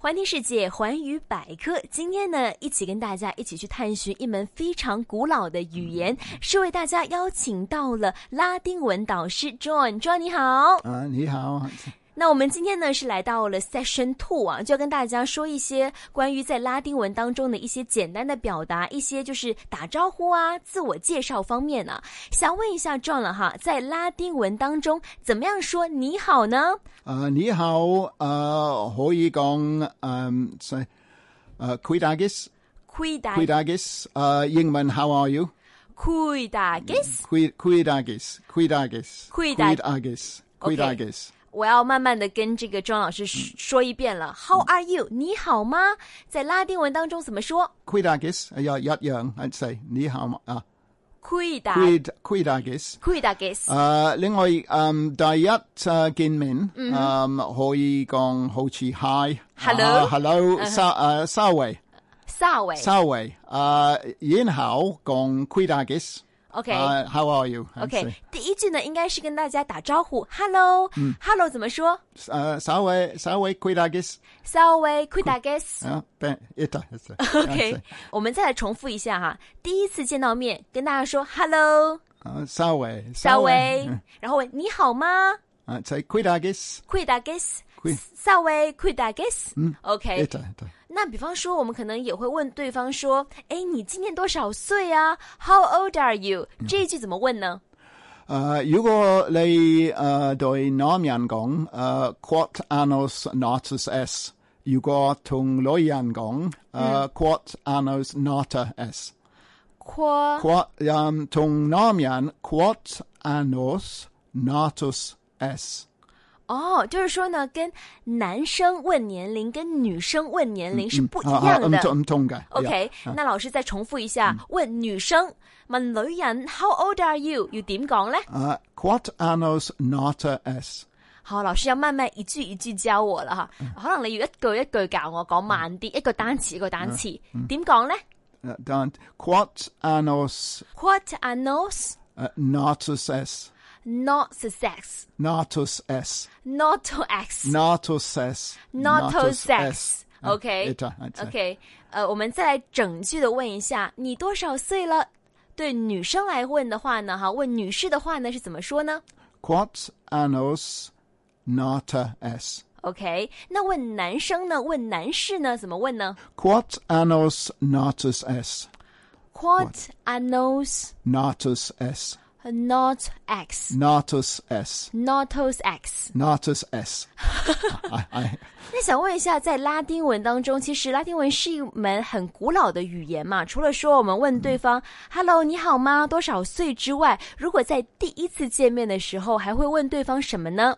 环听世界，环宇百科。今天呢，一起跟大家一起去探寻一门非常古老的语言，是为大家邀请到了拉丁文导师 John。John 你好，啊，你好，那我们今天呢是来到了 Session Two 啊，就要跟大家说一些关于在拉丁文当中的一些简单的表达，一些就是打招呼啊、自我介绍方面呢、想问一下 John 了哈，在拉丁文当中怎么样说你好呢？啊，你好，啊，可以讲，嗯，say，啊，cuidagis，亏达 cuidagis，啊，英文 How are you？亏达 guess， Cui- Cuidagis, cuidagis, Cuida- cuidagis, OK cuidagis. 我要慢慢的跟这个庄老师说说一遍了。How are you？你好吗？在拉丁文当中怎么说？ Cuidagis, uh, yeah, yat young, I'd say. Ni hao, uh, 亏达 quid, cuidagis. 亏达 guess， Uh, ling oi, um, diet, uh, gin min, um, hoi gong ho chi hi. Hello. Uh, hello, sa, uh, sawe, 萨维 sawe. Uh, yin hao gong cuidagis. OK Uh, how are you? I'd OK， say. 第一句呢应该是跟大家打招呼，Hello，Hello 怎么说？ Uh, sawe, sawe cuidagis. 稍微 q u i t a g u e s Uh, ben, ita, ita. OK，我们再来重复一下哈。第一次见到面，跟大家说 “hello”， Uh, sawe, 稍微，然后问你好吗 I'd Uh, say cuidagis. ？“quick d a g u e s Qui- 稍微 q u i t a g u e s OK， Ita, ita. 那比方说，我们可能也会问对方说：“哎，你今年多少岁啊？How old are you？” 这一句怎么问呢？ Uh, you go le uh, doi nam yan gong uh, quot annos natus es. You go tung loi yan gong uh, quot annos nata es. 夸 Quot um, tung nam yan quot annos natus es. 哦，就是说呢，跟男生问年龄跟女生问年龄是不一 Uh, 样 um, 的。 tu- um, tunga. Yeah. OK，那老师再重复一下，问女生问女人 How old are you？要點講呢？ Uh, quot annos nata es. 好，老師有慢慢一句一句教我啦吓，可能你要一句一句教我講慢啲，一個單詞一個單詞點講呢 Uh, dan- quot annos q u a t a n o s uh, natus es. not success Natus es. not to x Natus es. not to Natus es. Uh, sex。OK Ita, I'd say. OK，呃，我们再来整句的问一下，你多少岁了？对女生来问的话呢，哈，问女士的话呢是怎么说呢 Quot annos nata es. ？OK，那问男生呢？问男士呢？怎么问呢 Quot annos natus es. ？Quat annos Natus es. not x Natus es. not os x。 Natus es. I, I, 那想问一下，在拉丁文当中，其实拉丁文是一门很古老的语言嘛。除了说我们问对方 “Hello，你好吗？多少岁”之外，如果在第一次见面的时候，还会问对方什么呢？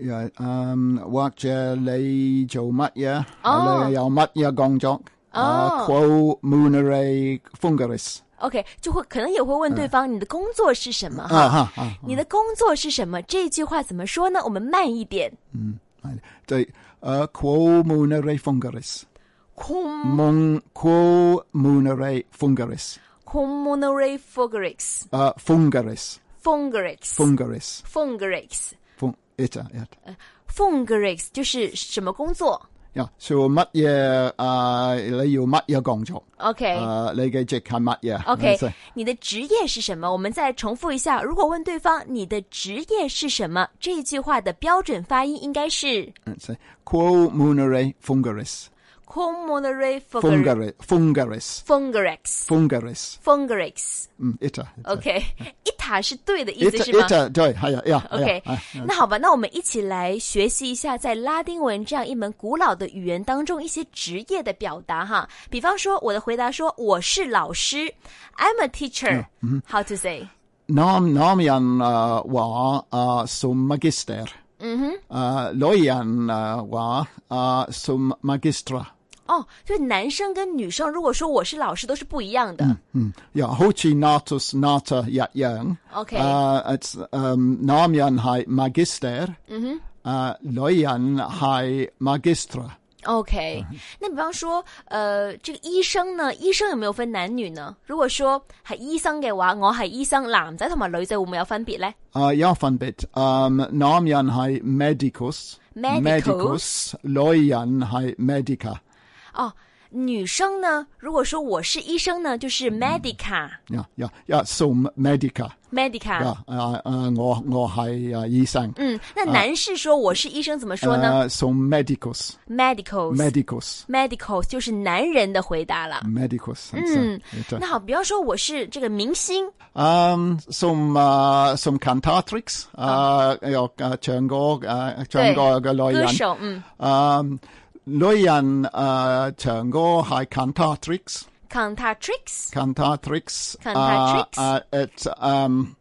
yeah, um, wakja le jo matya. Oh. Le yo matya gongjok. Ờ. Uh, quo munere fungaris. OK，就会可能也会问对方你的工作是什么哈？ Ah, ah, ah. 你的工作是什么？这一句话怎么说呢？我们慢一点。 De- Uh, quo munere fungaris. 嗯空 Mung quo munere fungaris. 空 m o n o r e fungrix Uh, fungaris. fungrix Fungaris. fungrix Fun, uh, ita, ita. fungrix 就是什么工作 Yeah, so乜 à, 嘢啊？你要乜嘢工作？ ？OK 啊，你嘅職係乜嘢 OK，係你的职业是什么？我们再重复一下。如果问对方你的职业是什么，这一句话的标准发音应该是係 Quo munere fungaris, cum m o n o r e fungrix fungaris, fungaris, fungrix fungaris， fungrix。嗯，ita。 OK，一塔是对的意思 Ita, 是吗 ita，對，係啊，呀？OK，呀啊那好吧，那我们一起来学习一下在拉丁文这样一门古老的语言当中一些职业的表达哈。比方说，我的回答说我是老师，I'm a 嗯 teacher，how to say？ Nam nam yan uh, wa uh, sum magister. Uh, Loi yan uh, wa uh, sum magistra. 哦，就是男生跟女生如果说我是老师都是不一样的。 Mm. Yeah, ho chi natus nata yat yang. OK Uh, it's um, nam yan hai magister. Mm-hmm. Uh, loyan hai Äh, magistra. OK，那比方说，呃，这个醫生呢，醫生有沒有分男女呢？如果說係醫生嘅話，我係醫生，男仔同埋女仔會唔會有分別呢？ Uh, ja, fan bit. Um, namjan hai medicus. Medicus. Loian hai medica. 哦，女生呢，如果說我是醫生呢，就是 medica，medica， Ja, ja, ja, som medica. Ah. Ja, uh, uh, ngo, ngo hai uh, yisang. 嗯，那男士說我是醫生怎麼說呢 Uh, som medicus. ？medicals，medicals Medicus. 就是男人的回答了。 Medicus. 嗯 Mm. 那好，比方說我是這個明星， Um, som, uh, som cantatrix. Uh, ja, uh, tjöngo, uh, tjöngo, loian. 歌手，嗯 Um, Loian uh, Töngo High Cantatrix, ，cantatrix， Cantatrix, Cantatrix. uh, uh, et um,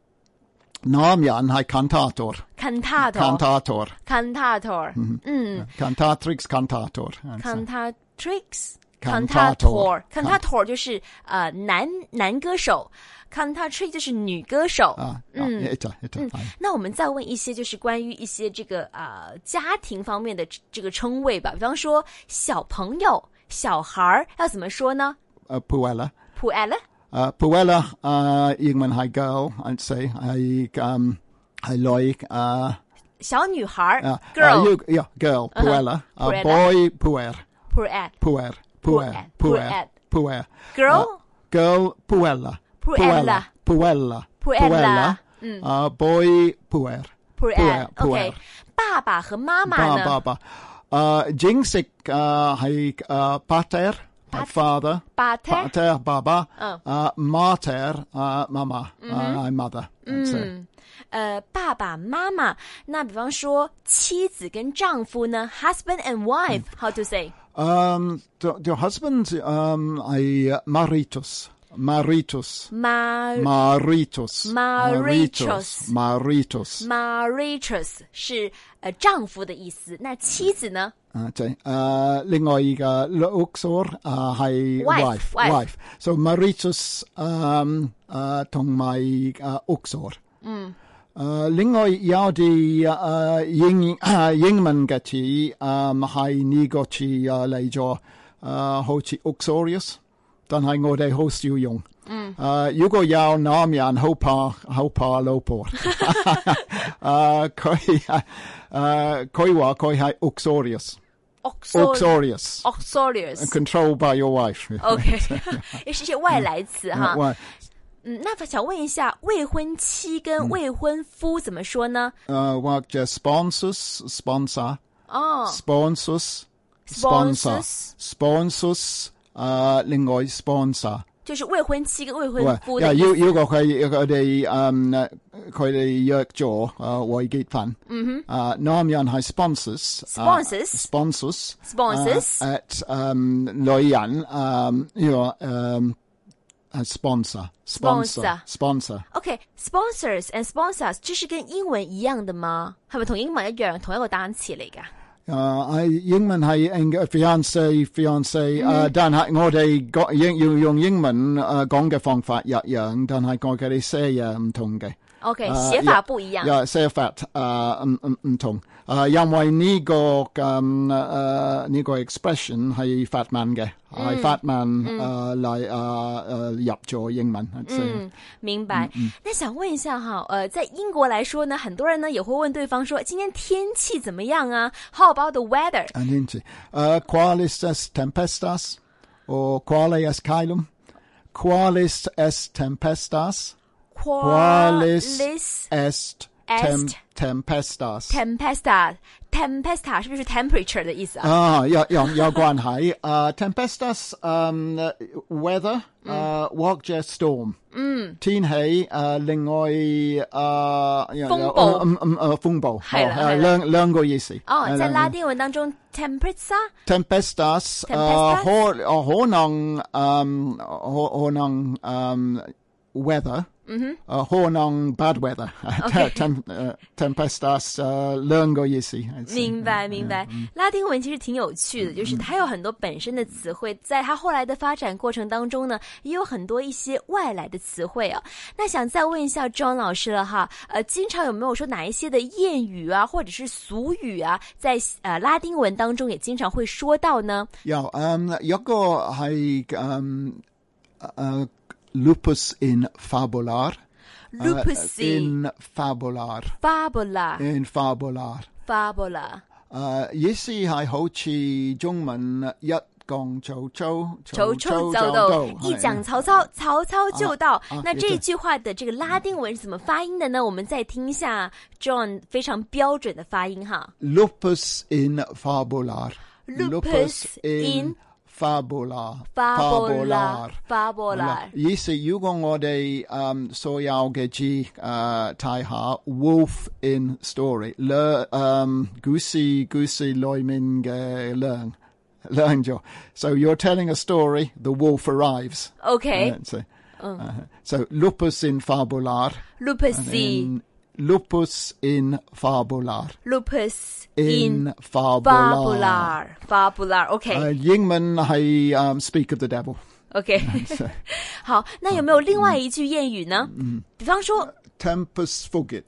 Namjan High Cantator, cantator，cantator， Cantator, 嗯。 Cantatrix Cantator. Cantatrix Cantator Cantator 就是呃男男歌手，Cantatrix 就是女歌手。 Ah, ah, eta, eta, 那我们再问一些就是关于一些这个呃家庭方面的这这个称谓吧，比方说小朋友、小孩儿要怎么说呢 Uh, Puella. p u e l Uh, Puella, uh, Ingman High Girl, I'd say. I, um, I like, uh, 小女孩儿 uh, uh, girl you, yeah, girl, Puella. Uh, Puella. boy, Puer, p u e l Puer, Puer, Puer. Puer, Puer. girl Girl Puella. Puella. Puella. Puella. Uh, boy Puer. p u e l Puer. OK， Puer. 爸爸和妈妈 Ba, 呢？ ba, ba. Uh, Jingsik, uh, hai, uh, pater, uh, father. 爸爸 Pater, baba. Oh. Uh, mater, uh, mama, uh, my mother. I'd say. 呃，爸爸妈妈，那比方说妻子跟丈夫呢，husband and wife，how to say？ Um, the, the husband, um, I, uh, maritus. Maritus. 妈 Maritus. Maritus. Maritus. Maritus. maritus 是呃丈夫的意思，那妻子呢？ Uh, t- uh,另外一個 Luxor 啊係 Wife, wife wife. wife，so Maritus 嗯誒同埋誒 Luxor，嗯，誒另外有啲誒英啊英文嘅字誒係呢個字誒嚟咗誒好似 Luxorius，但係我哋好少用，嗯，誒如果有男人好怕好怕老婆。 誒佢誒佢話佢係 Uxorius。Uxorious. auxorius。 Controlled by your wife. OK，也 是些嗯外来词哈。 Why? 嗯，那想问一下，未婚妻跟未婚夫怎么说呢？ Uh, what just sponsors, sponsor, 哦 sponsors, sponsor, Ah. Sponsors. sponsors, uh, 另外 sponsor. 就是未婚妻跟未婚 Well, 夫 yeah, 的意 you 思。 you got um, 佢佢哋嗯佢哋約咗誒會結婚。嗯哼。啊，男人係 sponsors。Mm-hmm. uh, Sponsors. Sponsors. Sponsors. uh, At um 女人嗯 you know um a sponsor. Sponsor. Sponsor. Sponsor. OK，sponsors、and sponsors，这是跟英文一样的吗？係咪同英文一樣，同一個單詞嚟㗎？ Uh, I, Ingman hai en fiance fiance uh, dan hai ngode go yung yung Ingman uh, gonga fong fat ya yang dan hai gonga de say um tonge OK，、呃写法不一样。Uh, ya say fat uh um um um, tong uh yang wai ni go um uh ni go expression hai fat man ge hai fat man uh lai uh uh, yap jo Ingman I'd say 嗯，明白。那想问一下哈，呃，在英国来说呢，很多人呢也会问对方说，今天天气怎么样啊？How about the weather？ and into uh, qualis est tempestas or quale est caelum qualis est tempestas Qualis est tem- est tempestas. tempesta tempesta 是不是 temperature 的意思啊？ Ah, yeah, yeah, yeah, Guan Hai. Uh, tempestas, um, uh, weather, uh, walk just storm. Mm. Teen Hai, uh, Lingoi, uh, yeah, yeah, 风暴。 um, um, uh, 风暴。系啦，哦，系啦。两-两个意思。哦，系，在两个。拉丁文当中，tempesta Tempestas, uh, Tempestas? ho- uh, honang, um, ho- honang, um, weather, Uh, honong bad weather. Tem, uh, tempestas uh, lungo yisi. I'd say. 明白，明白。拉丁文其实挺有趣的，就是它有很多本身的词汇，在它后来的发展过程当中呢，也有很多一些外来的词汇啊。那想再问一下 John 老师了哈，呃，经常有没有说哪一些的谚语啊，或者是俗语啊，在呃拉丁文当中也经常会说到呢？ Yeah, um, Yoko hai um, uh, lupus in fabular. uh, Lupus in in fabular. fabula In fabular. fabula， Uh, Yisi hai ho chi jungman yat gong chou chou 仇臭 chou chou 造 dou 豆 dou，，一 Hai. 讲曹操，曹操就到哎啊啊。那也这对句话的这个拉丁文是怎么发音的呢？我们再听一下 John 非常标准的发音哈。 Lupus in fabular. Lupus in fabular. Fabular, Fabular. fabular, Yisi yugong ode um, soyao geji uh, tai ha wolf in story. Le um, goosey goosey loimin ge learn. Learn jo. So you're telling a story, the wolf arrives. OK， Uh, so, uh, so lupus in fabular. and lupus, then lupus in fabular. lupus in In fabular. fabular, fabular. OK， Uh, Yingman, I um, speak of the devil. OK，好，嗯 那有没有另外一句谚语呢？嗯比方说 Tempus fugit.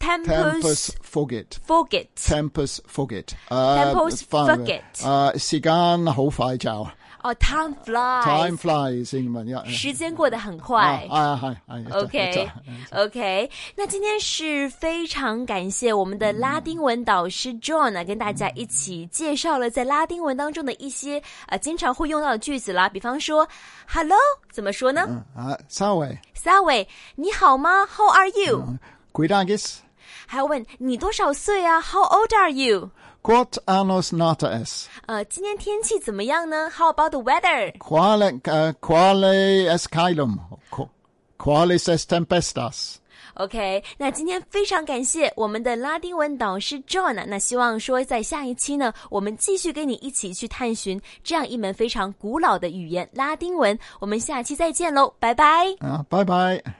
tempus Tempus fugit. fugit， Tempus fugit. Uh, Tempus fun- fugit. Uh, Sigan ho fai jiao. 哦，time Time flies， flies, Yingman. Yeah. 时间过得很快。 Ah, hi, hi, hi. OK OK，那今天是非常感谢我们的拉丁文导师 John 呢、跟大家一起介绍了在拉丁文当中的一些呃经常会用到的句子啦，比方说 “Hello” 怎么说呢 Uh, Sawe. ？“Sawe”，你好吗？How are you？、嗯 Quidagis. 还要问你多少岁啊？How old are you？ Quot annos nata es. 呃，今天天气怎么样呢？How about the weather？ Quale, uh, quale es caelum? Qu- Qualis es tempestas? OK，那今天非常感谢我们的拉丁文导师 John 啊。那希望说在下一期呢，我们继续跟你一起去探寻这样一门非常古老的语言——拉丁文。我们下期再见喽，拜拜。 Uh, bye bye.